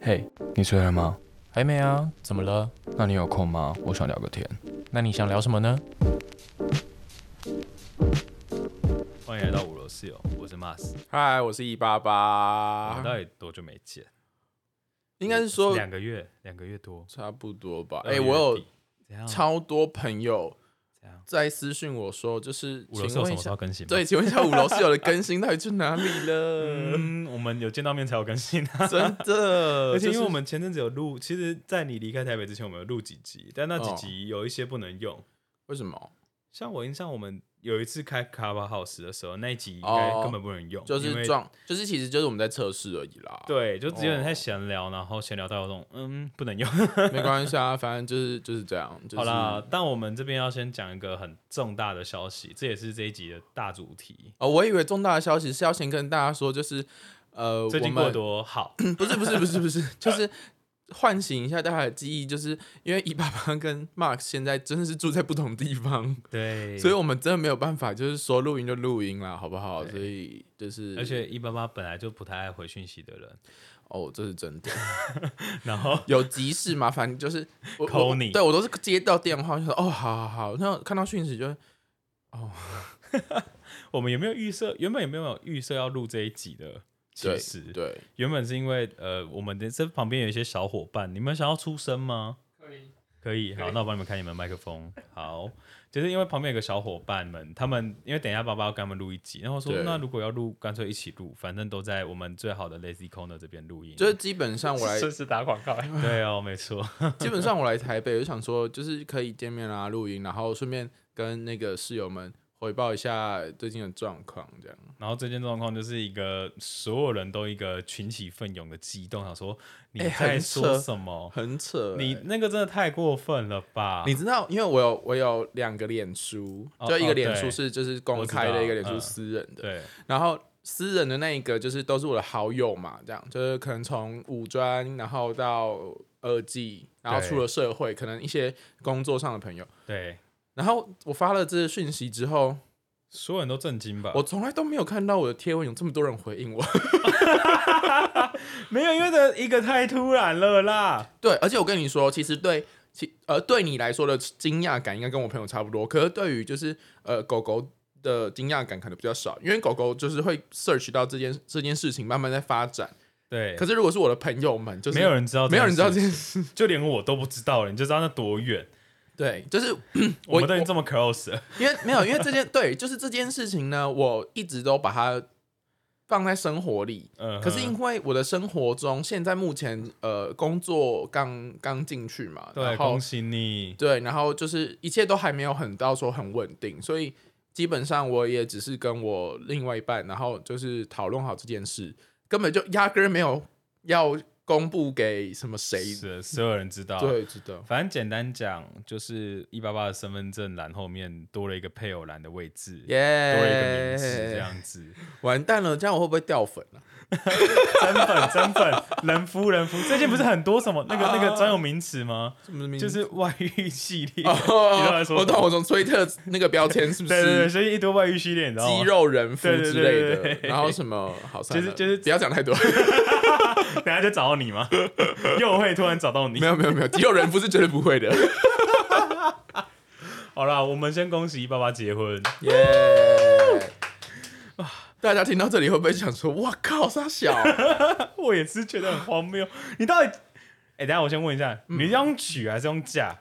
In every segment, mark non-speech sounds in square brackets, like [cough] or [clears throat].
嘿、你睡了吗？还没啊？怎么了？那你有空吗？我想聊个天。那你想聊什么呢？欢迎来到五楼室友，我是 Mas。嗨，我是一八我们八，到底多久没见？应该是说两个月，两个月多。差不多吧。二哎、月底我有怎样？超多朋友怎样？在私讯我说，就是五楼室友请什问一么时候下，更新？对，，请问一下五楼室友的更新到底去哪里了？嗯，我们有见到面才有更新啊。 [laughs] 真的，而且因为呃就是我们前阵子有录，其实，在你离开台北之前，我们有录几集，但那哦几集有一些不能用。为什么像我印象，我们有一次开 Cover House 的时候，那一集应该哦根本不能用，就因为是撞，哦就是其实就是我们在测试而已啦。，对，就只有人在闲聊，然后闲聊到有种嗯不能用。 [laughs] 没关系啊，反正就是就是这样。就是、好啦，，但我们这边要先讲一个很重大的消息，这也是这一集的大主题。哦，我以为重大的消息是要先跟大家说，就是呃，最我近们过多 [clears throat] 好，不是不是不是不是，就是唤醒一下大家的记忆，就是因为一爸爸跟 Mark 现在真的是住在不同地方，对，所以我们真的没有办法，就是说录音就录音啦，好不好？对所以就是，而且一八八本来就不太爱回讯息的人，哦，这是真的，然后有急事麻烦就是我扣我你对我都是接到电话就说哦，好好好，那看到讯息就我们有没有预设？原本有没有预设要录这一集的？其对实对，原本是因为呃，我们的这旁边有一些小伙伴，你们想要出声吗？可以，可以。好，那我帮你们开你们麦克风。好，就是因为旁边有个小伙伴们，他们因为等一下爸爸要跟他们录一集，然后说对那如果要录，干脆一起录，反正都在我们最好的 Lazy Corner 这边录音。就是基本上我来，顺势打广告。对哦，没错，基本上我来台北，我就想说就是可以见面啦，录音，然后顺便跟那个室友们回报一下最近的状况，这样。然后最近状况就是一个所有人都一个群起奋勇的激动，想说你哎在很说扯什么？很扯欸、你那个真的太过分了吧？你知道，因为我有我有两个脸书，哦就一哦个脸对书是就是公我开知道的，一个脸书嗯私人的，对然后。私人的那一个就是都是我的好友嘛，这样就是可能从五专，然后到二技，然后对出了社会，可能一些工作上的朋友。对，然后我发了这些讯息之后，所有人都震惊吧？我从来都没有看到我的贴文有这么多人回应我。没有，因为这一个太突然了啦。对，而且我跟你说，其实对其呃对你来说的惊讶感应该跟我朋友差不多，可是对于就是呃狗狗的惊讶感可能比较少，因为狗狗就是会 search 到这件这件事情慢慢在发展。对，可是如果是我的朋友们，就是没有人知道，没有人知道这这件件事，事，就连我都不知道了，你就知道那多远，对，就是我们都已经这么 close 了。因为没有因为这件对就是这件事情呢，我一直都把它放在生活里。嗯哼， [laughs] 可是因为我的生活中，现在目前呃工作刚刚进去嘛，嗯对，然后恭喜你，对，然后就是一切都还没有很到说很稳定，所以基本上我也只是跟我另外一半，然后就是讨论好这件事，根本就压根儿没有要公布给什么谁。是所有人知道。，对，知道。反正简单讲，就是一八八的身份证栏后面多了一个配偶栏的位置。耶、多了一个名字，这样子，完蛋了，这样我会不会掉粉啊？真粉真粉，人夫人夫，最近不是很多什么那个那个专有名词吗？什么名字就是外遇系列，哦你知道在说什我么懂，我从推特那个标签是 [laughs] 不对对对，是所以一堆外遇系列，你知道吗？肌肉人夫对对之对类对的？对然后什么好算就是了就是不要讲太多， [laughs] 等下就找到你吗？ [laughs] 又会突然找到你没？有没有没有，肌肉人夫是绝对不会的。好啦，我们先恭喜爸爸结婚。 [laughs] 耶、大家听到这里会不会想说：“哇靠，傻小我也是觉得很荒谬，你到底……哎、等下我先问一下，嗯你是用娶还是用嫁？！”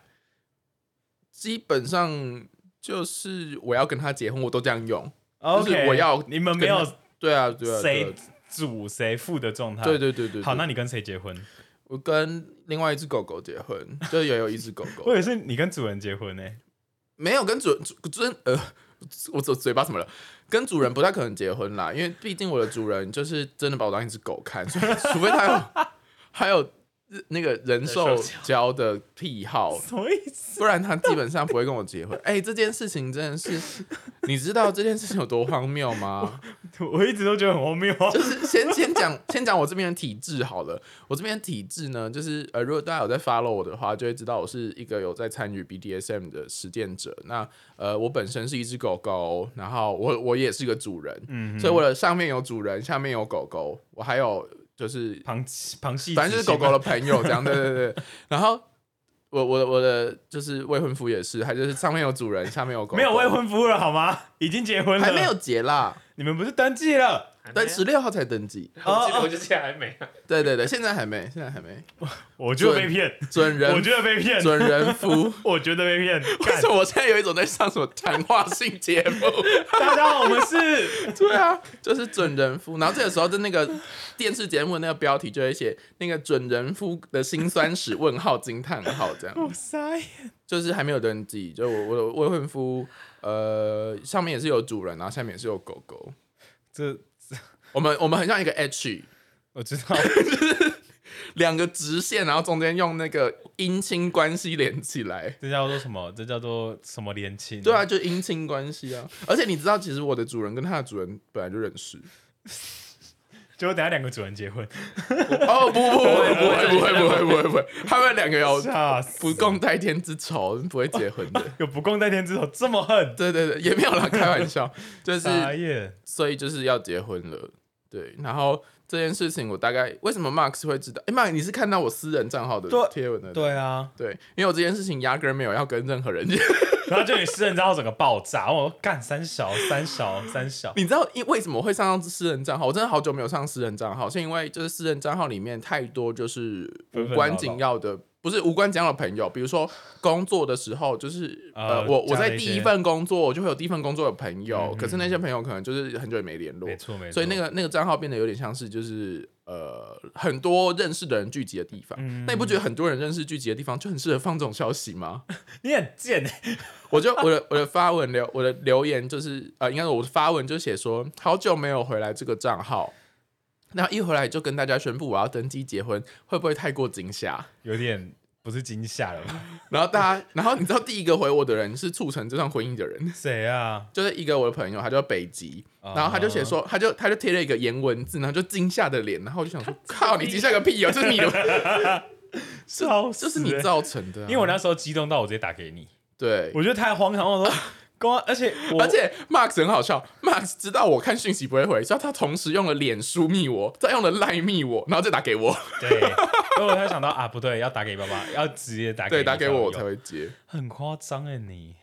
基本上就是我要跟他结婚，我都这样用。哦，是我要你们没有跟对啊，对啊，对啊谁主谁付的状态。对对对对。对好，那你跟谁结婚？我跟另外一只狗狗结婚，就也有一只狗我 [laughs] 狗，也是你跟主人结婚呢、欸没有跟主主主人呃，我嘴嘴巴怎么了？跟主人不太可能结婚啦，因为毕竟我的主人就是真的把我当一只狗看，所以除非他有还有那个人兽交的癖 [laughs] 好，什么意思？不然他基本上不会跟我结婚。哎、这件事情真的是，你知道这件事情有多荒谬吗？我一直都觉得很荒谬 [laughs] 啊。就是先先讲先讲我这边的体质好了。我这边的体质呢，就是呃，如果大家有在 follow 我的话，就会知道我是一个有在参与 BDSM 的实践者。那呃，我本身是一只狗狗，然后我我也是个主人，嗯哼所以我的上面有主人，下面有狗狗，我还有就是旁旁系，反正就是狗狗的朋友这样，对对对。然后我我的我的就是未婚夫也是，他就是上面有主人，下面有狗狗没有未，婚夫了好吗？已经结婚了，还没有，结啦，你们不是登记了？还没但啊十六号才登记。我记得我就记得还没啊，对对对，现在还没，现在还没。我觉得被骗，准人我觉得被骗，准人夫，我觉得被骗。为 [laughs] 干什么我现在有一种在上什么谈话性节 [laughs] 目？大家好，我们 [laughs] 是对啊，就是准人夫。然后这个时候，就那个电视节目那个标题就会写那个准人夫的辛酸史问号惊叹号这样，塞，就是还没有登记。就我我的未婚夫，呃，上面也是有主人，然后下面也是有狗狗。这我们我们很像一个 H，我知道，两个直线，然后中间用那个姻亲关系连起来。这叫做什么？这叫做什么年轻？对啊，就姻亲关系啊。而且你知道，其实我的主人跟他的主人本来就认识。结果等下两个主人结婚，哦，不不不会不会不会不会不会不会，他们两个有吓死！不共戴天之仇，不会结婚 [laughs] 的。有不共戴天之仇这么恨，对对对，也没有啦，开玩笑，就是傻眼。所以就是要结婚了，对。然后这件事情我大概为什么 Max 会知道？哎、m a x 你是看到我私人账号的对贴文的，对啊，对，因为我这件事情压根儿没有要跟任何人讲。 [laughs] 然后就你私人账号整个爆炸，我干三小三小三小，你知道因为什么会上到私人账号？我真的好久没有上私人账号，是因为就是私人账号里面太多就是无纷纷扰关扰紧要的，不是无关紧要的朋友。比如说工作的时候，就是呃，呃我我加了在一第些一份工作，我就会有第一份工作的朋友，嗯可是那些朋友可能就是很久也没联络没，错没错。所以那个那个账号变得有点像是就是呃很多认识的人聚集的地方。嗯那你不觉得很多人认识聚集的地方就很适合放这种消息吗？你很贱欸，我就我的我的发文留我的留言就是呃，应该说我的发文就写说好久没有回来这个账号，那一回来就跟大家宣布我要登记结婚，会不会太过惊吓？有点不是惊吓了吧？然后大家，然后你知道第一个回我的人是促成这段婚姻的人，谁啊？就是一个我的朋友，他叫北极，啊然后他就写说，他就他就贴了一个颜文字，然后就惊吓的脸，然后我就想说，靠你惊吓个屁哦，这是你的，啊笑死这是你欸造成的啊、因为我那时候激动到我直接打给你，对。我觉得太荒唐了。我 [laughs] 说，公安，而且我而且 Max 很好笑，Max 知道我看讯息不会回，所以他同时用了脸书密我，再用了赖密我，然后再打给我，对，所以我才想到啊，不对，要打给爸爸，要直接打给对，打给我我才才有会接。很夸张哎，你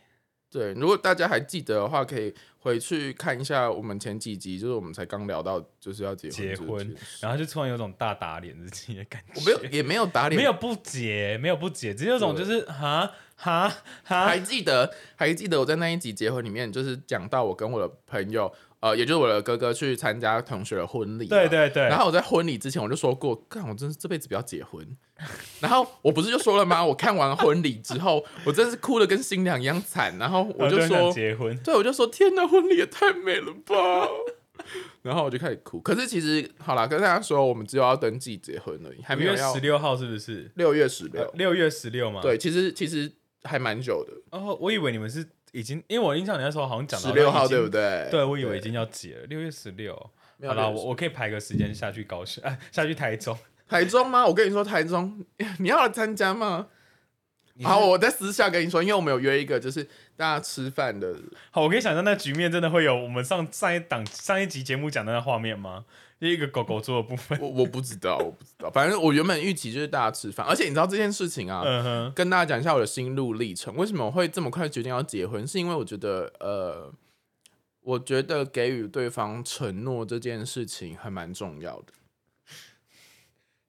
对，如果大家还记得的话，可以回去看一下我们前几集，就是我们才刚聊到就是要结婚结这个婚事情，然后就突然有种大打脸自己的感觉，我没有也没有打脸，没有不解，没有不解，只是有种对就是哈哈哈还，记得还记得我在那一集结婚里面，就是讲到我跟我的朋友，呃，也就是我的哥哥去参加同学的婚礼嘛，啊对对对，然后我在婚礼之前我就说过，看我真是这辈子不要结婚。 [laughs] 然后我不是就说了吗？我看完婚礼之后，我真是哭的跟新娘一样惨。然后我然后就哦很想说，结婚，对，我就说天哪，婚礼也太美了吧！ [laughs] 然后我就开始哭。可是其实好啦，跟大家说，我们只有要登记结婚而已，还五没有月要十六号是不是？六月十呃六。六月十六吗？对，，其实其实还蛮久的，哦，我以为你们是已经，因为我印象你那时候好像讲到十六已号经对不？对？对，我以为已经要解了，六月十六。没有好了，六月我我可以排个时间下去高雄，啊，下去台中。台中吗？我跟你说，台中 [laughs] 你要来参加吗？好，我在私下跟你说，因为我们有约一个，就是大家吃饭的 [laughs] 好，我可以想象那局面真的会有我们上上一档上一集节目讲的那画面吗？就一个狗狗做的部分。我我不知道，我不知道。反正我原本预期就是大家吃饭，而且你知道这件事情 [laughs] 啊，嗯哼，跟大家讲一下我的心路历程。为什么我会这么快决定要结婚？是因为我觉得，呃，我觉得给予对方承诺这件事情还蛮重要的。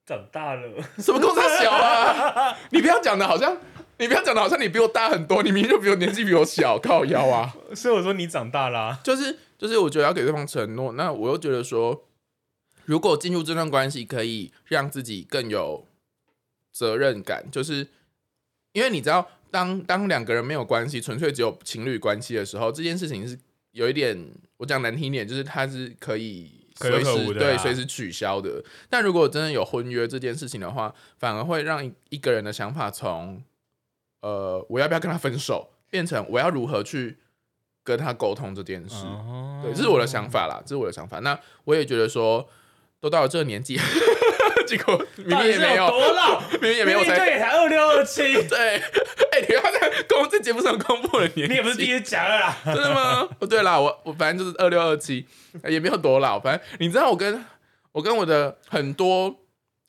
长大了，什么公差小 [laughs] 啊？你不要讲的好像，你不要讲的好像你比我大很多，你明明就比我年纪比我小，靠腰啊！所以我说你长大啦、就是就是，我觉得要给对方承诺。那我又觉得说，如果进入这段关系，可以让自己更有责任感，就是因为你知道，当当两个人没有关系，纯粹只有情侣关系的时候，这件事情是有一点，我讲难听一点，就是它是可以可有随可时无的对啦随时取消的。但如果真的有婚约这件事情的话，反而会让一一个人的想法从呃我要不要跟他分手，变成我要如何去跟他沟通这件事。哦对，这是我的想法啦，这是我的想法。那我也觉得说，都到了这个年纪， [laughs] 结果明明也到底没是多老，明明也没有明明就才也才二六 [laughs] 二七，对。哎、你不要在公在节目上公布了年纪，你也不是第一次讲了啦。 [laughs] 呃真的吗？哦，对啦，我我反正就是二六二七，也没有多老，反正你知道我跟我跟我的很多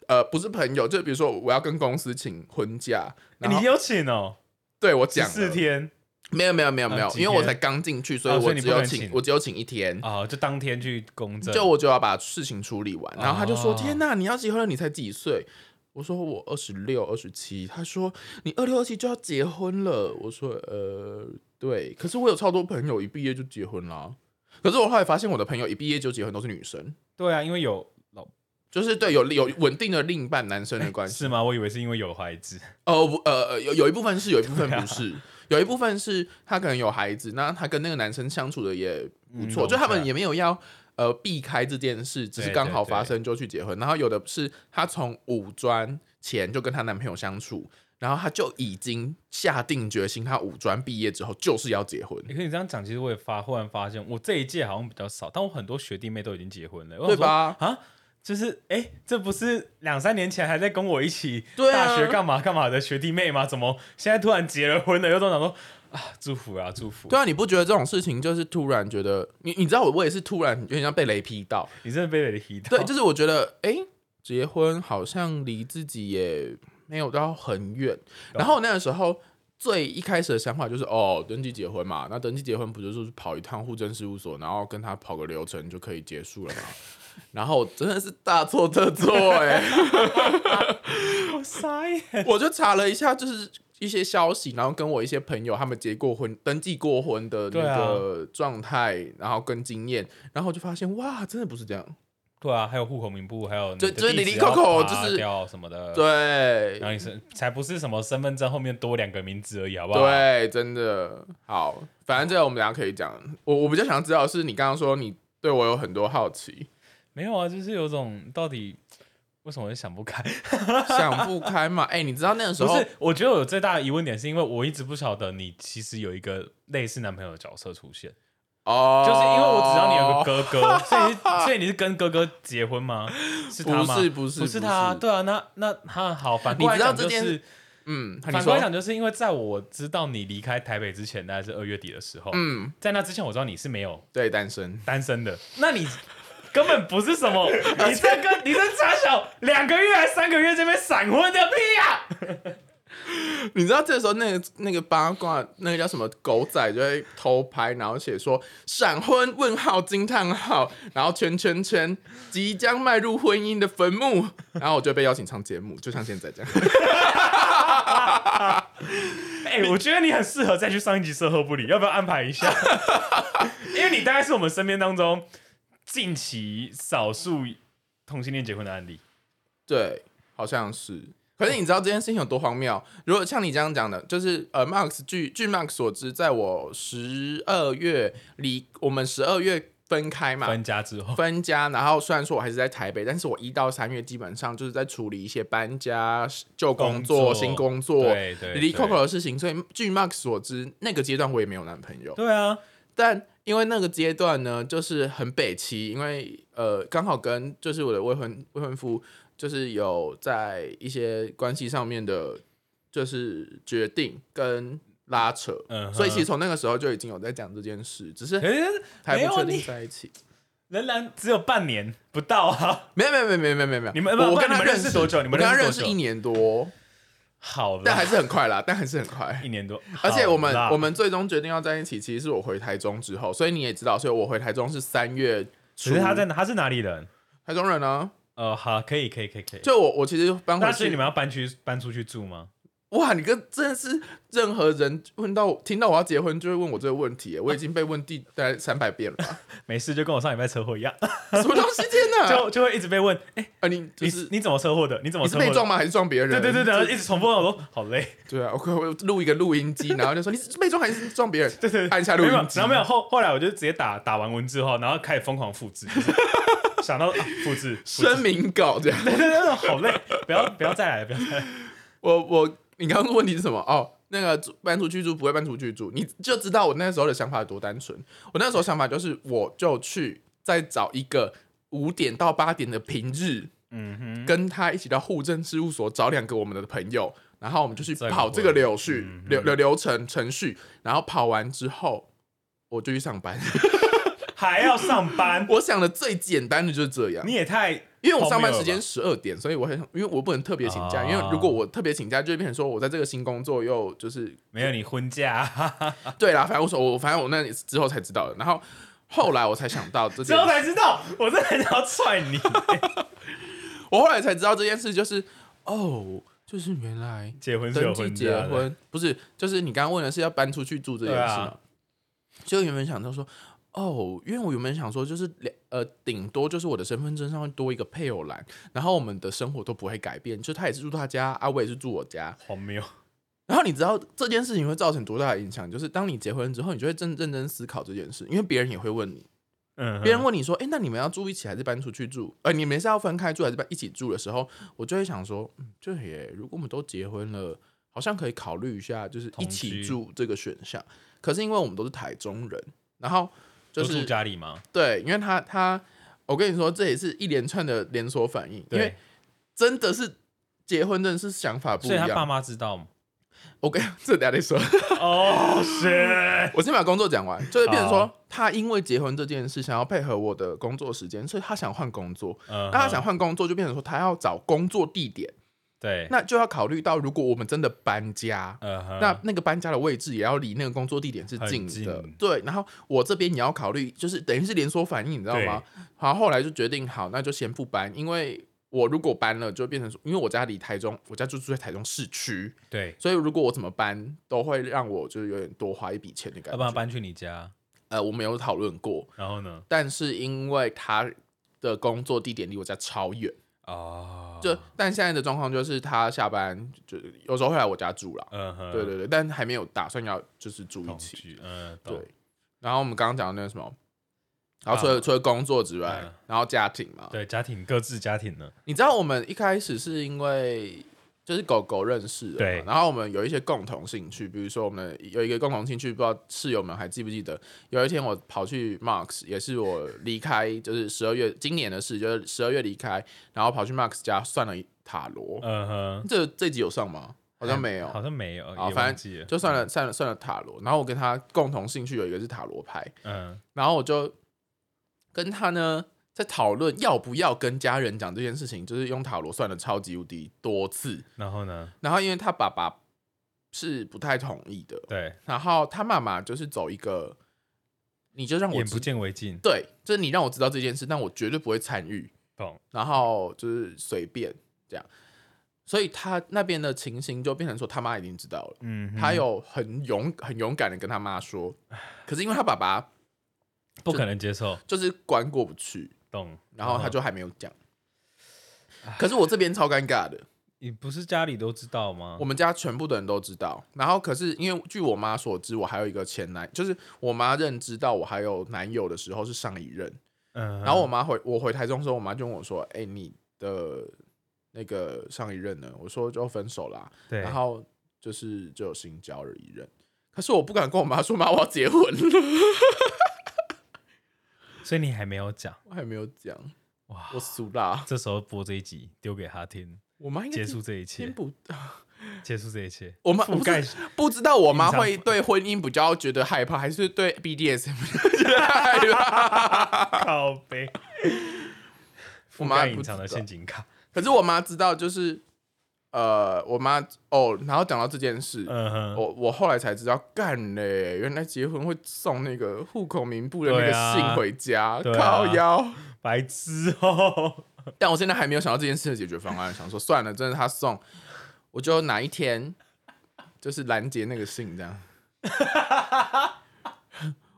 呃不是朋友，就比如说我要跟公司请婚假，欸然 [laughs] 后你有请哦，对我十讲四了天没有没有没有呃没有，几因为我天才刚进去，所哦以所我以你只不有能请请我只有请一天。啊，就当天去公证。就我就要把事情处理完。然后他就说：“哦天呐，你要结婚了，你才几岁？”我说：“我二十六、二十七。”他说：“你二六、二七就要结婚了。”我说：“呃，对。可是我有超多朋友一毕业就结婚啦。可是我后来发现，我的朋友一毕业就结婚都是女生，对啊，因为有老就是对有有稳定的另一半男生的 [laughs] 关系。是吗？我以为是因为有孩子。哦不呃呃有有一部分是，有一部分不是。有一部分是他可能有孩子，那他跟那个男生相处的也不嗯错，就他们也没有要呃避开这件事，只是刚好发生就去结婚。然后有的是她从五专前就跟她男朋友相处，然后她就已经下定决心，她五专毕业之后就是要结婚，你可以这样讲，其实我也发，忽然发现我这一届好像比较少，但我很多学弟妹都已经结婚了，我对想说吧？啊，就是哎、诶这不是两三年前还在跟我一起对啊大学干嘛干嘛的学弟妹吗？怎么现在突然结了婚了？又都想说啊，祝福啊，祝福！对啊，你不觉得这种事情就是突然觉得你你知道我我也是突然有点像被雷劈到，你真的被雷 [laughs] 劈到，对， [laughs] 就是我觉得，哎、结婚好像离自己也没有到很远。然后那个时候最一开始的想法就是，哦，登记结婚嘛，那登记结婚不就是跑一趟户政事务所，然后跟他跑个流程就可以结束了 [laughs] 嘛？然后真的是大错特错哎、 [laughs] 我傻眼。我就查了一下，就是一些消息，然后跟我一些朋友他们结过婚、登记过婚的那对啊个状态，然后跟经验，然后就发现哇，真的不是这样。对啊，还有户口名簿，还有你就的就是地址里里要扣扣扒就是掉什么的，。对，然后你是才不是什么身份证后面多两个名字而已，好不好？对，真的好，反正这个我们等一下可以讲。我我比较想知道的是，你刚刚说你对我有很多 [laughs] 好奇，没有啊，就是有种到底为什么会想不 [laughs] 开？想不开嘛？哎、你知道那个时不候是，我觉得我最大的疑问点是因为我一直不晓得你其实有一个类似男朋友的角色出现，哦，就是因为我只知道你有个哥哥，所以你是所以你是跟哥哥结婚吗？是他吗？不是不是不是他，不是对啊，那那他好，反过来你知道讲就这件是，嗯，你反过来说讲就是因为在我知道你离开台北之前，大概是二月底的时候，嗯，在那之前我知道你是没有对，单身，单身的，那你根本不是什 [laughs] 么，你这个你这傻小两个月还三个月这边闪婚的屁啊呀、你知道这时候那个那个八卦那个叫什么狗仔就会偷拍，然后写说闪婚问号惊叹号，然后圈圈圈即将迈入婚姻的坟墓，然后我就被邀请上节目，就像现在这样。 [laughs] 哎、我觉得你很适合再去上一集《社后不理》，要不要安排一 [laughs] 下？因为你大概是我们身边当中近期少数同性恋结婚的案例。对，好像是。可是你知道这件事情有多荒谬？如果像你这样讲的，就是呃，Max 据据 Max 所知，在我十二月离我们十二月分开嘛，分家之后，分家，然后虽然说我还是在台北，但是我一到三月基本上就是在处理一些搬家、旧工作、工作新工作、对对离对 Coco 的事情，所以据 Max 所知，那个阶段我也没有男朋友。对啊，但因为那个阶段呢，就是很北齐，因为呃，刚好跟就是我的未婚未婚夫，就是有在一些关系上面的，就是决定跟拉扯，嗯哼所以其实从那个时候就已经有在讲这件事，只是可是还没不有确你定，在一起。仍然只有半年不到啊。没有没有没有没有没有没有没有，你们我我不然你跟他们认识多久你们我跟他认认识多识久一年多，好但啦，还是很快啦，但还是很快一。年多，而且我们好啦我们最终决定要在一起，其实是我回台中之后，所以你也知道，所以我回台中是三月初。只是他在他是哪里人？台中人呢、呃，好，可以，可以，可以，可以。就我我其实搬回那所去，以你们要搬去搬出去住吗？哇，你跟真的是任何人问到听到我要结婚就会问我这个问啊题耶，我已经被问第大概三百遍了吧， [laughs] 没事，就跟我上礼拜车祸一样，什么东西天哪！就就会一直被问，哎、啊，你啊就是你你怎么车祸的？你怎么你是车祸被的？撞吗？还是撞别人？对对对对，啊然后一直重复，我说好累。对啊，我我录一个录音机，然后就说你是被撞还是撞别人？[laughs] 对对按一下录没有，音然机，后没有后后来我就直接打打完文字后，然后开始疯狂复制，就是 [laughs] 想到、啊复制，复制声明稿这样。对对对，好累，不要不要再来了，不要再来了。我我你刚刚问题是什么？哦，那个住搬出去住不会搬出去住，你就知道我那时候的想法有多单纯。我那时候想法就是，我就去再找一个五点到八点的平日，嗯哼，跟他一起到户政事务所找两个我们的朋友，然后我们就去再跑过这个流嗯序、流流流程程序，然后跑完之后。我就去上班。 [laughs] 还要上班，我想的最简单的就是这样，你也太因为我上泡班面了吧时间十二点，所以我很想，因为我不能特别请假，啊因为如果我特别请假，就会变成说我在这个新工作又就是没有你婚假，对啦，反正我说我反正我那之后才知道的，然后后来我才想到这之件后才知道，我真的很想要踹你。我后来才知道这件事就是哦，就是原来结婚是有登记婚假结的，婚不是，就是你刚刚问的是要搬出去住这件事对嘛？就原本想到说，哦，因为我原本想说就是两呃，顶多就是我的身份证上会多一个配偶栏，然后我们的生活都不会改变，就他也是住他家啊，我也是住我家。荒谬。然后你知道这件事情会造成多大的影响？就是当你结婚之后，你就会真认真思考这件事，因为别人也会问你，嗯哼，别人问你说，哎、那你们要住一起还是搬出去住？呃，你们是要分开住还是搬一起住的时候，我就会想说，嗯，对耶，如果我们都结婚了，好像可以考虑一下，就是一同起居住这个选项。可是因为我们都是台中人，然后就都住是家里吗？对，因为他他，我跟你说，这也是一连串的连锁反应，因为对，真的是结婚真的是想法不一所以他爸样。妈知道吗？我跟这等下再 [laughs] 说，哦， [laughs] 是，我先把工作讲完，就是变成说好，他因为结婚这件事想要配合我的工作时间，所以他想换工作。那那他想换工作，就变成说他要找工作地点，对，那就要考虑到，如果我们真的搬家，嗯哼那那个搬家的位置也要离那个工作地点是近很的近，对。然后我这边也要考虑，就是等于是连锁反应，你知道吗？然后后来就决定好，那就先不搬，因为我如果搬了，就变成说，因为我家离台中，我家就住在台中市区，对，所以如果我怎么搬，都会让我就是有点多花一笔钱的感啊要不然觉。搬去你家，呃，我没有讨论过，然后呢？但是因为他的工作地点离我家超远。哦，就但现在的状况就是他下班就有时候会来我家住啦，嗯哼，对对对，但还没有打算要就是住一同起。居，嗯，懂对，然后我们刚刚讲的那个什么，然后啊除了除了工作之外嗯，然后家庭嘛，对，家庭各自家庭呢，你知道我们一开始是因为就是狗狗认识的，对然后我们有一些共同兴趣，比如说我们有一个共同兴趣，不知道室友们还记不记得？有一天我跑去 Max，也是我离开，就是十二月今年的事，就是十二月离开，然后跑去 Max 家算了一塔罗。嗯哼，这这集有上吗？哦好像没有，哎好像没有，好也反忘正记了，就算了算了算了塔罗。然后我跟他共同兴趣有一个是塔罗牌，嗯，然后我就跟他呢在讨论要不要跟家人讲这件事情，就是用塔罗算了超级无敌多次。然后呢？然后因为他爸爸是不太同意的，对，然后他妈妈就是走一个，你就让我眼不知见为净，对，就是你让我知道这件事，但我绝对不会参与。懂？然后就是随便这样。所以他那边的情形就变成说，他妈已经知道了，嗯哼，他有很勇很勇敢的跟他妈说，可是因为他爸爸不可能接受，就是关过不去，懂？然后他就还没有讲。可是我这边超尴尬的，你不是家里都知道吗？我们家全部的人都知道。然后可是因为据我妈所知，我还有一个前男，就是我妈认知到我还有男友的时候是上一任，嗯哼，然后我妈回我回台中的时候，我妈就问我说：“哎、你的那个上一任呢？”我说：“就分手啦。”对，然后就是就有新交了一任，可是我不敢跟我妈说，妈我要结婚了， [laughs] 所以你还没有讲我还没有讲，哇我，苏啦，这时候播这一集丢给他听，我妈应该结听束这一听切，不， [laughs] 结束这一切，我妈覆盖 [laughs] 不知道我妈隐藏会对婚姻比较觉得害怕，还是对 BDSM 觉得害怕？靠背，我覆妈盖也不隐知藏的道陷阱卡， [laughs] 可是我妈知道，就是呃，我妈哦，然后讲到这件事，嗯哼，我我后来才知道，干嘞，原来结婚会送那个户口名簿的那对个啊信回家，对靠啊腰。白痴哦，但我现在还没有想到这件事的解决方案，想说算了，真的他送，我就哪一天就是拦截那个信这样。 [laughs]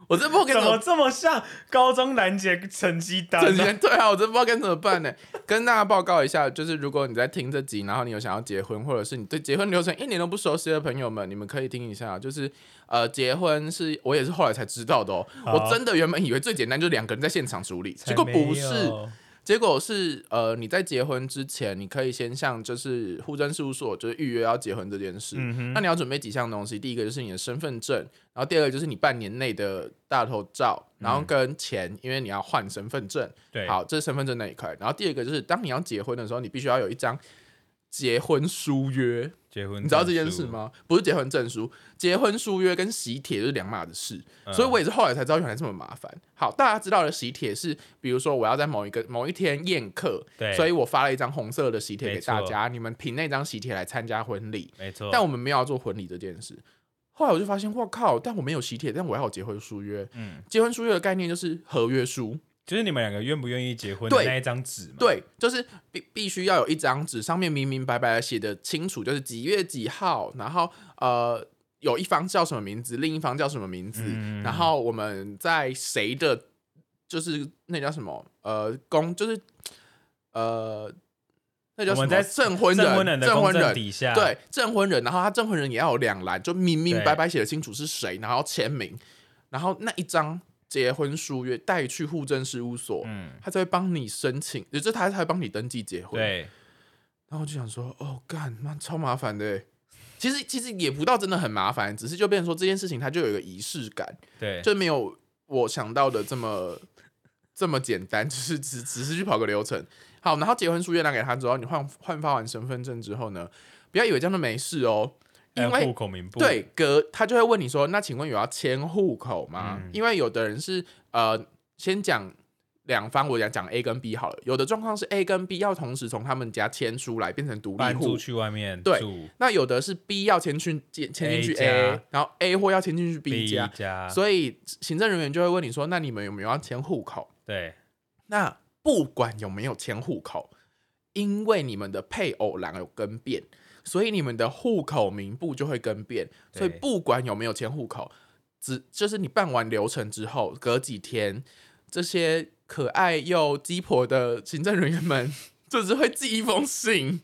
我真不知怎道该怎么么这么像高中拦截成绩单整呢？天对啊，我真不知道该怎么办呢。 [laughs] 跟大家报告一下，就是如果你在听这集，然后你有想要结婚，或者是你对结婚流程一点都不熟悉的朋友们，你们可以听一下。就是呃，结婚是我也是后来才知道的哦。好我真的原本以为最简单就是两个人在现场处理，结果不才没是。有结果是，呃，你在结婚之前，你可以先向就是户政事务所就是预约要结婚这件事。嗯哼那你要准备几项东西，第一个就是你的身份证，然后第二个就是你半年内的大头照，然嗯后跟钱，因为你要换身份证。对，好，这是身份证那一块。然后第二个就是，当你要结婚的时候，你必须要有一张结婚书约，结婚，你知道这件事？吗？不是结婚证书，结婚书约跟喜帖是两码子事，嗯所以我也是后来才知道原来这么麻烦。好，大家知道的喜帖是，比如说我要在某一个某一天宴客，对所以我发了一张红色的喜帖给大没错家，你们凭那张喜帖来参加婚礼。没错，但我们没有要做婚礼这件事。后来我就发现，我靠！但我没有喜帖，但我要有结婚书约。嗯，结婚书约的概念就是合约书，就是你们两个愿不愿意结婚的对那一张纸嘛？，对，就是必必须要有一张纸，上面明明白白的写的清楚，就是几月几号，然后呃，有一方叫什么名字，另一方叫什么名字，嗯然后我们在谁的，就是那叫什么呃公，就是呃，那叫我什么们在证婚人，证婚人的证公婚证人底下，对，证婚人，然后他证婚人也要有两栏，就明明白白写的清楚是谁，然后签名，然后那一张结婚书约带去户政事务所，嗯，他才会帮你申请，也就是他才会帮你登记结婚。，对，然后我就想说，哦，干妈超麻烦的欸。其实其实也不到真的很麻烦，只是就变成说这件事情它就有一个仪式感，对，就没有我想到的这么这么简单， [laughs] 就是只只是去跑个流程。好，然后结婚书约拿给他之后，你换换发完身份证之后呢，不要以为这样就没事哦，因还有为户口名簿，对，隔他就会问你说：“那请问有要迁户口吗？”嗯因为有的人是呃，先讲两方，我讲讲 A 跟 B 好了。有的状况是 A 跟 B 要同时从他们家迁出来，变成独立搬户出。去外面对住那有的是 B 要迁去迁迁进去 A 家 A，然后 A 或要迁进去 B 家家，，所以行政人员就会问你说：“那你们有没有要迁户口对，？”那不管有没有迁户口，因为你们的配偶栏有更变，所以你们的户口名簿就会更变。所以对不管有没有迁户口，只就是你办完流程之后，隔几天，这些可爱又鸡婆的行政人员们， [laughs] 就是会寄一封信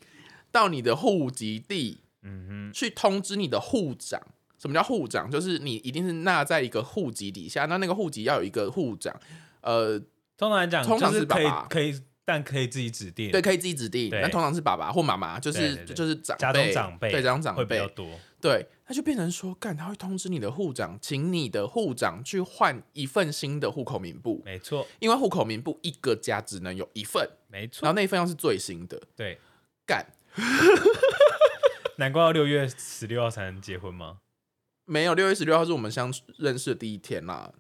到你的户籍地，嗯去通知你的户长。什么叫户长？就是你一定是纳在一个户籍底下，那那个户籍要有一个户长，呃，哼，通常来讲通常就是是爸可以爸可以，但可以自己指定，对，，可以自己指定。对那通常是爸爸或妈妈，就是对对对就是长家中辈，长辈对家中长会比辈较，多，对，他就变成说，干，他会通知你的户长，请你的户长去换一份新的户口名簿，没错，因为户口名簿一个家只能有一份，没然错后，那一份要是最新的，对，干，难怪要六月十六号才能结婚吗？没有六月十六号是我们相处认识的第一天啦，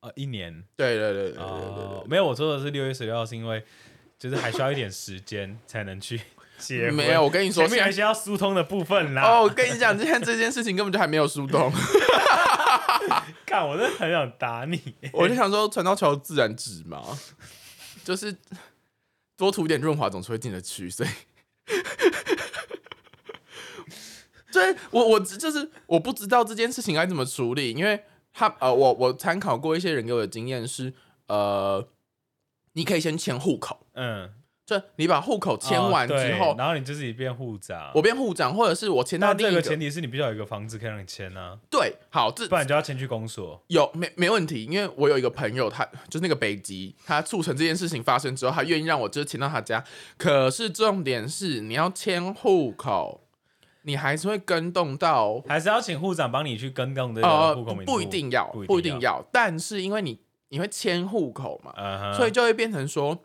啊，一年对对对对对对对哦，没有，我说的是六月十六号，是因为就是还需要一点时间才能 [laughs] 去结对，婚。没有，，我跟你说，前面有一现在些要疏通的啊部分啦。哦，我跟你讲，今天这件事情根本就还没有疏通，看，我真的很想打你。我就想说，船到桥头自然直嘛，就是多涂点润滑总是会进得去，所以对我我就是我不知道这件事情该怎么处理，因为他呃，我我参考过一些人给我的经验是，呃，你可以先迁户口，嗯，就你把户口迁完哦之对后，然后你就自己变户长。我变户长，或者是我迁到那另这一个个前提是你必须要有一个房子可以让你签啊，对，好，这不然你就要迁去公所。有没没问题，因为我有一个朋友，他就是那个北极，他促成这件事情发生之后，他愿意让我就是迁到他家。可是重点是，你要迁户口，你还是会跟动到还是要请户长帮你去更动这呃，个啊户口不名簿、不一定要，不不一定。要，但是因为你你会迁户口嘛，嗯哼，所以就会变成说，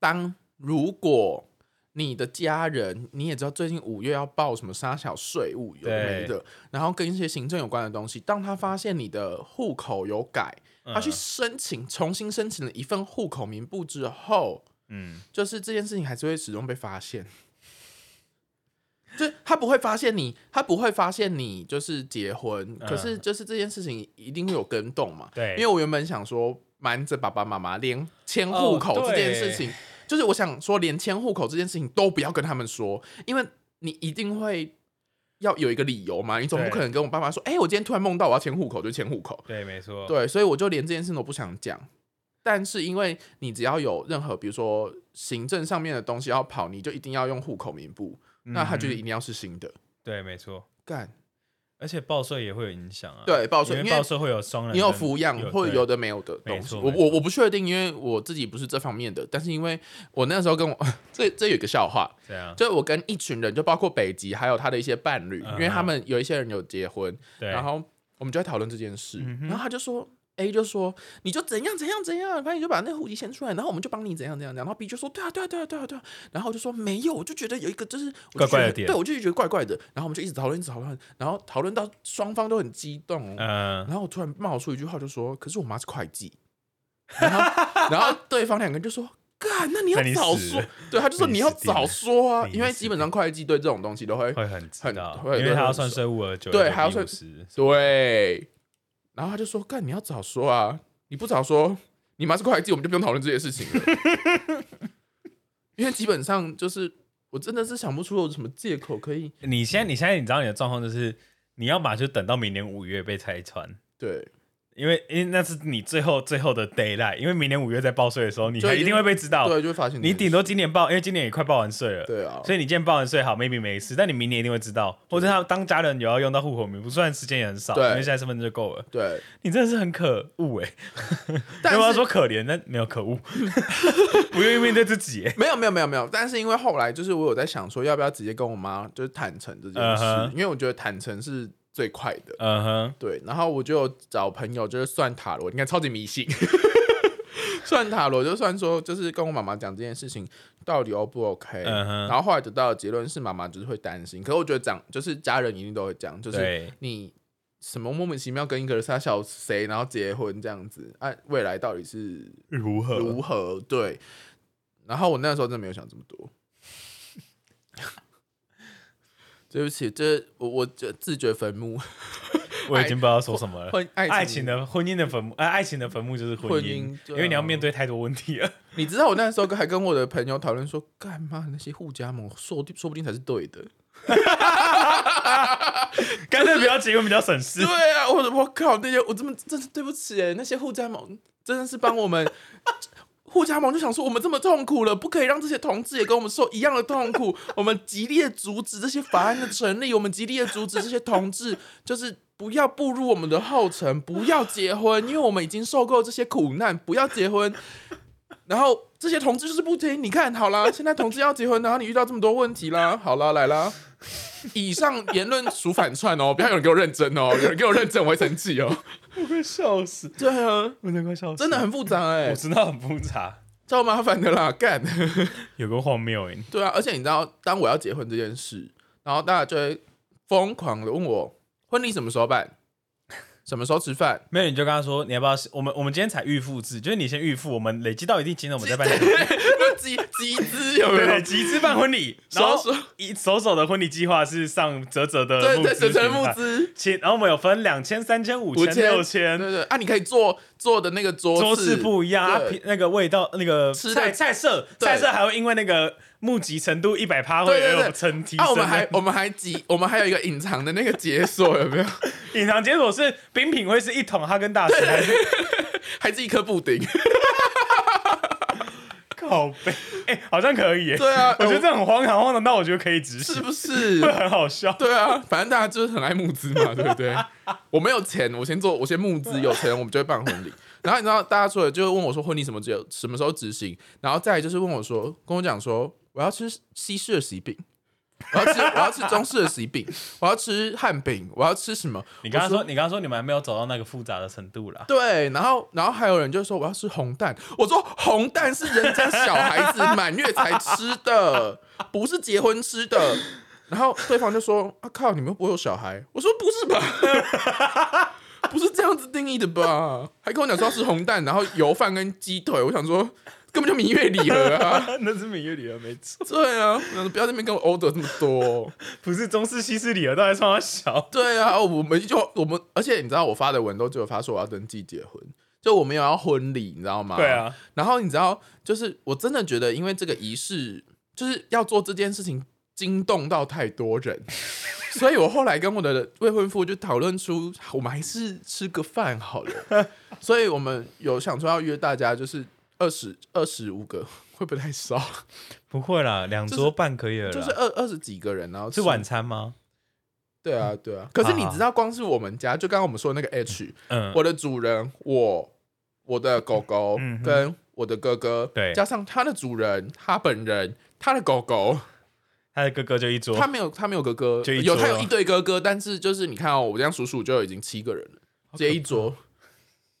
当如果你的家人，你也知道最近五月要报什么沙小税务有的没的，然后跟一些行政有关的东西，当他发现你的户口有改，嗯他去申请重新申请了一份户口名簿之后，嗯，嗯就是这件事情还是会始终被发现。 [laughs] 就是他不会发现你，他不会发现你就是结婚，嗯可是就是这件事情一定会有跟动嘛。对，因为我原本想说瞒着爸爸妈妈，连迁户口哦这件对事情，就是我想说连迁户口这件事情都不要跟他们说，因为你一定会要有一个理由嘛，你总不对可能跟我爸妈说，哎、我今天突然梦到我要迁户口，就迁户口。对，没错，对，所以我就连这件事都不想讲。但是因为你只要有任何比如说行政上面的东西要跑，你就一定要用户口名簿，嗯哼，那他就一定要是新的。对，没错。干，而且报税也会有影响啊。对报税因哦因为为报税会有双人跟，你有抚养或者有对的没有的没东西，错我没错我我不确定，因为我自己不是这方面的。但是因为我那时候跟我这这有一个笑话，这样，就我跟一群人，就包括北极还有他的一些伴侣，嗯因为他们有一些人有结婚，对，然后我们就在讨论这件事，嗯哼然后他就说 A 就说你就怎样怎样怎样，反正你就把那个户籍献出来，然后我们就帮你怎样怎样怎样。然后 B 就说对啊对啊对啊对啊对啊，然后我就说没有，我就觉得有一个就是我怪就怪的觉得点对我就觉得怪怪的。然后我们就一直讨论一直讨论，然后讨论到双方都很激动、哦，嗯、然后我突然冒出一句话就说，可是我妈是会计， [laughs] 然后然后对方两个人就说。干，那你要那你早死说，对，他就说你你要死定早了说啊，你因为死基本上会计对这种东西都会会很知很道，会因对为他会要很算熟税务额九对还要算十，对，然后他就说：“干，你要早说啊！你不早说，你妈是会计，我们就不用讨论这些事情了。 [laughs] 因为基本上就是，我真的是想不出有什么借口可以你现在你现在你知道你的状况就是，你要么就等到明年五月被拆穿，对，因为因为那是你最后最后的 d a y l i g h t 因为明年五月在报税的时候，你就还一已定经会被知道，对，就会发现哦你顶多今年报，因为今年也快报完税了，对啊，所以你今年报完税好，maybe 没事，但你明年一定会知道，或者他当家人有要用到户口名，不算时间也很少，对因为现在身份证就够了。对，你真的是很可恶哎、但要不要是说可怜，但没有 [laughs] 可恶，不愿意面对自己、欸。没有没有没有没有，但是因为后来就是我有在想说，要不要直接跟我妈就是坦诚这件嗯事哼因为我觉得坦诚是最快的。嗯哼，对，然后我就有找朋友，就是算塔罗，你看超级迷信， [laughs] 算塔罗就算说，就是跟我妈妈讲这件事情到底 O 不 OK，、嗯哼然后后来得到的结论是妈妈就是会担心，可是我觉得讲就是家人一定都会讲，就是对，你什么莫名其妙跟一个傻小谁然后结婚这样子，啊，未来到底是如何如何？对，然后我那时候真的没有想这么多。 [laughs] 对不起，这我我这自掘坟墓，我已经不知道说什么了。婚 [laughs] 爱爱情的婚姻的坟墓，哎、爱情的坟墓就是婚姻，婚姻对啊因为你要面对太多问题了。 [laughs] 你知道我那时候还跟我的朋友讨论说，干嘛那些互加盟，说不说不定才是对的。干脆不要结婚比较省事对。啊，我我靠，那些我真的真是对不起哎，那些互加盟真的是帮我们。 [laughs] 互加盟就想说，我们这么痛苦了，不可以让这些同志也跟我们受一样的痛苦。我们极力的阻止这些法案的成立，我们极力的阻止这些同志，就是不要步入我们的后尘，不要结婚，因为我们已经受够这些苦难，不要结婚。然后这些同志就是不听，你看好啦，现在同志要结婚，然后你遇到这么多问题啦，好啦，来啦。以上言论属反串哦， [laughs] 不要有人给我认真哦，有人给我认真我会生气哦。 [laughs] 我快笑死，对啊，我真快笑死，真的很复杂哎、我知道很复杂，超麻烦的啦，干。有个荒谬哎、欸， [laughs] 对啊，而且你知道，当我要结婚这件事，然后大家就会疯狂的问我婚礼什么时候办，什么时候吃饭，没有你就跟他说，你要不要？我们我们今天采预付制，就是你先预付，我们累积到一定金额，我们 [laughs] 再办婚礼。 [laughs] 就集集资有没对有对，？集资办婚礼，然后 [laughs] 手手一手手的婚礼计划是上泽泽的对募对，资神平台成募资，请然后我们有分两千、三千、五千、 5000六对千，对啊，你可以坐坐的那个桌桌次不一样，啊对平那个味道，那个吃的菜菜色，对菜色还会因为那个募集程度一百趴会对对有对，成提升啊，的。我们还我们还集，我们还有一个隐藏的那个解锁，有没 [laughs] 有？隐藏解锁是冰品会是一桶哈根达斯，还 [laughs] 是还是一颗布丁？靠背？哎，好像可以耶。 [laughs] 对啊，我觉得哎这很荒唐，荒唐到我觉得可以执我是行，不是？ [laughs] 会很好笑。对啊，反正大家就是很爱募资嘛，对不对？我没有钱，我先做，我先募资，有钱我们就会办婚礼。然后你知道，大家除了就问我说婚礼什么时候什么时候执行，然后再来就是问我说，跟我讲说我要吃西式的喜饼，我要吃我要吃中式的喜饼，我要吃汉饼，我要吃什么？你刚刚我说，你刚刚说你们还没有走到那个复杂的程度啦。对，然后然后还有人就说我要吃红蛋，我说红蛋是人家小孩子满月才吃的，不是结婚吃的。然后对方就说：“啊靠，你们又不会有小孩？”我说：“不是吧， [laughs] 不是这样子定义的吧？”还跟我讲说要吃红蛋，然后油饭跟鸡腿，我想说根本就明月礼盒啊！ [laughs] [laughs] 那是明月礼盒没错，对啊，我想说不要在那边跟我 order 这么多。不是中式西式礼盒，到底算他小？对啊，我们就我们，而且你知道我发的文都只有发说我要登记结婚，就我没有要婚礼，你知道吗？对啊，然后你知道，就是我真的觉得，因为这个仪式，就是要做这件事情，惊动到太多人， [laughs] 所以我后来跟我的未婚夫就讨论出，我们还是吃个饭好了。 [laughs] 所以我们有想说要约大家，就是二十二十五个，会不会太少？不会啦，两是桌半可以了啦。就是二二十几个人，然后吃是啊晚餐吗？对啊对啊。可是你好好知道，光是我们家，就刚刚我们说的那个 H，嗯，我的主人，我我的狗狗嗯哼跟我的哥哥，对加上他的主人，他本人，他的狗狗，他的哥哥就一桌，他没有他没有哥哥，就一有桌他有啊一对哥哥，但是就是你看哦，我这样数数就已经七个人了，这一桌，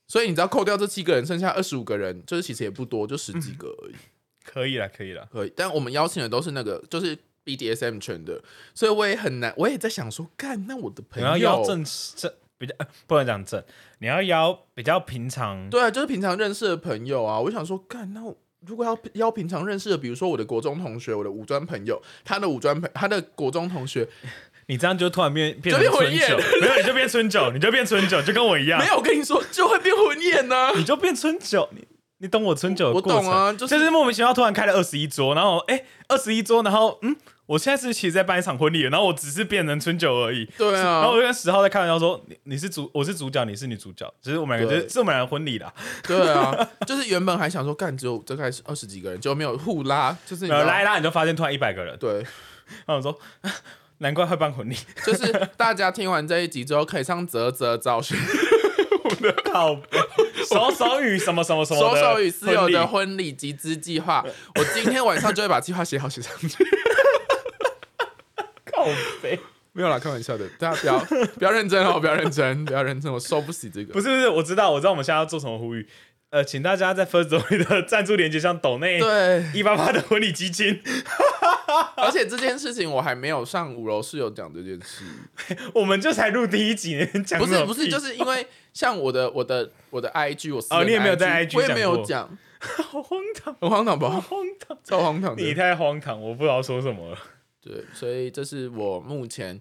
所以你只要扣掉这七个人，剩下二十五个人，就是其实也不多，就十几个而嗯已。可以了，可以了。可以，但我们邀请的都是那个就是 BDSM 圈的，所以我也很难，我也在想说，干那我的朋你要友邀正正比较呃不能讲正，你要邀比较平常，对啊，就是平常认识的朋友啊。我想说，干那我如果要邀平常认识的，比如说我的国中同学、我的五专朋友、他的五专朋、他的国中同学，你这样就突然变变成就变春婚宴酒，没有你就变春酒， [laughs] 你就变春酒，就跟我一样没，有，我跟你说就会变婚宴 [laughs] 呢、你就变春酒，你你懂我春酒的我过程懂啊就是就是莫名其妙突然开了二十一桌，然后哎二十一桌，然后嗯，我现在是其实在办一场婚礼，然后我只是变成春酒而已。对然后我啊，就跟十号在开玩笑说：“你你是主，我是主角，你是女主角，只是我们两个对就是是我们俩的婚礼啦。对啊，就是原本还想说干只有大概是二十几个人，结果没有互拉，就是你哦知然道后拉一拉，你就发现突然一百个人。对，然后我说，难怪会办婚礼， [laughs] 就是大家听完这一集之后，可以上泽泽找寻靠北，手手语什么什么什么手的手与室友的婚婚礼集资计划。我今天晚上就会把计划写好写上去。 [laughs] 礼 [laughs] 靠北。没有啦，开玩笑的，大家不要不要认真哦，不要认真，不要认真，我受不起这个。不是不是，我知道我知道我们现在要做什么呼吁，呃，请大家在 First Story 的 [laughs] 赞助链接上抖内对，一八八的婚礼基金，而且这件事情我还没有上五楼室友讲这件事，我们就才录第一集，你讲不什是么不是，屁就是因为像我的我的我的 IG，我私哦人你也没有在 IG 我也没讲有过讲，好荒唐，很荒唐哦好 [laughs] 吧？荒唐，超荒唐你的。太荒唐，我不知道说什么了。对，所以这是我目前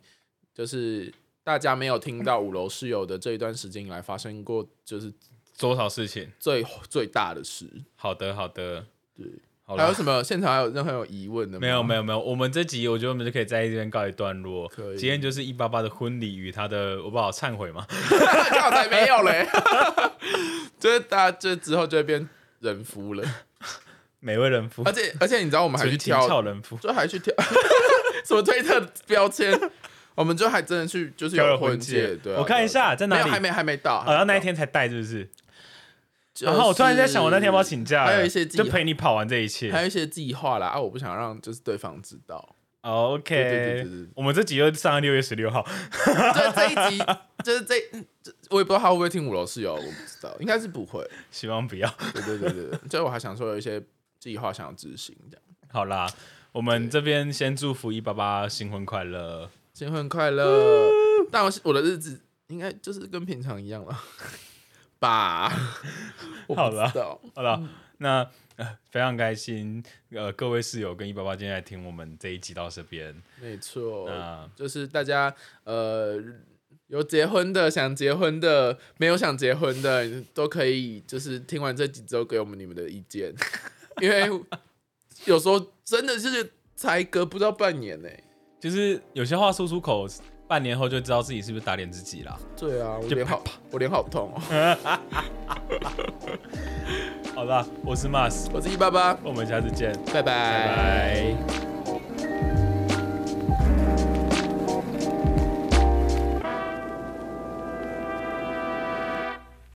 就是大家没有听到五楼室友的这一段时间以来发生过就是多少事情？最最大的事。好的好的，对，好还有了。什么现场还有任何有疑问的吗？没有没有没有，我们这集我觉得我们就可以在这边告一段落。可以今天就是一八八的婚礼与他的我不好忏悔嘛，刚好才 [laughs] 没 [laughs] 有嘞，就是大家这之后就会变人夫了，每位人夫而，且而且你知道我们还去纯情挑，俏人夫，就还去挑 [laughs] 什么推特标签，我们就还真的去就是挑有了婚戒，对啊、我看一下在对啊，没哪有里还，没还没到，哦，要那一还没到，天才带是不是？就是然后我突然在想，我那天要不要请假了？还有一些计就划陪你跑完这一切。还有一些计划啦啊，我不想让就是对方知道，哦 OK，对对对对对我们这集就上六月十六号，这这一集 [laughs] 就是这这我也不知道他会不会听五楼室友，我不知道，应该是不会，希望不要。 [laughs] 对对对对对，就是我还想说有一些计划想要执行这样。好啦，我们这边先祝福一八八新婚快乐。新婚快嗯乐！但我我的日子应该就是跟平常一样了， [laughs] 吧？ [laughs] 我不好啦知道，好了，那、呃、非常开心，呃，各位室友跟一八八今天来听我们这一集到这边。没错，那就是大家呃有结婚的、想结婚的、没有想结婚的，都可以就是听完这几周给我们你们的意见， [laughs] 因为有时候真的是才隔不到半年呢、就是有些话说出口，半年后就知道自己是不是打脸自己啦。对啊，我就脸好，我脸好痛哦、好啦，我是 Mas，我是一八八，我们下次见，拜拜拜拜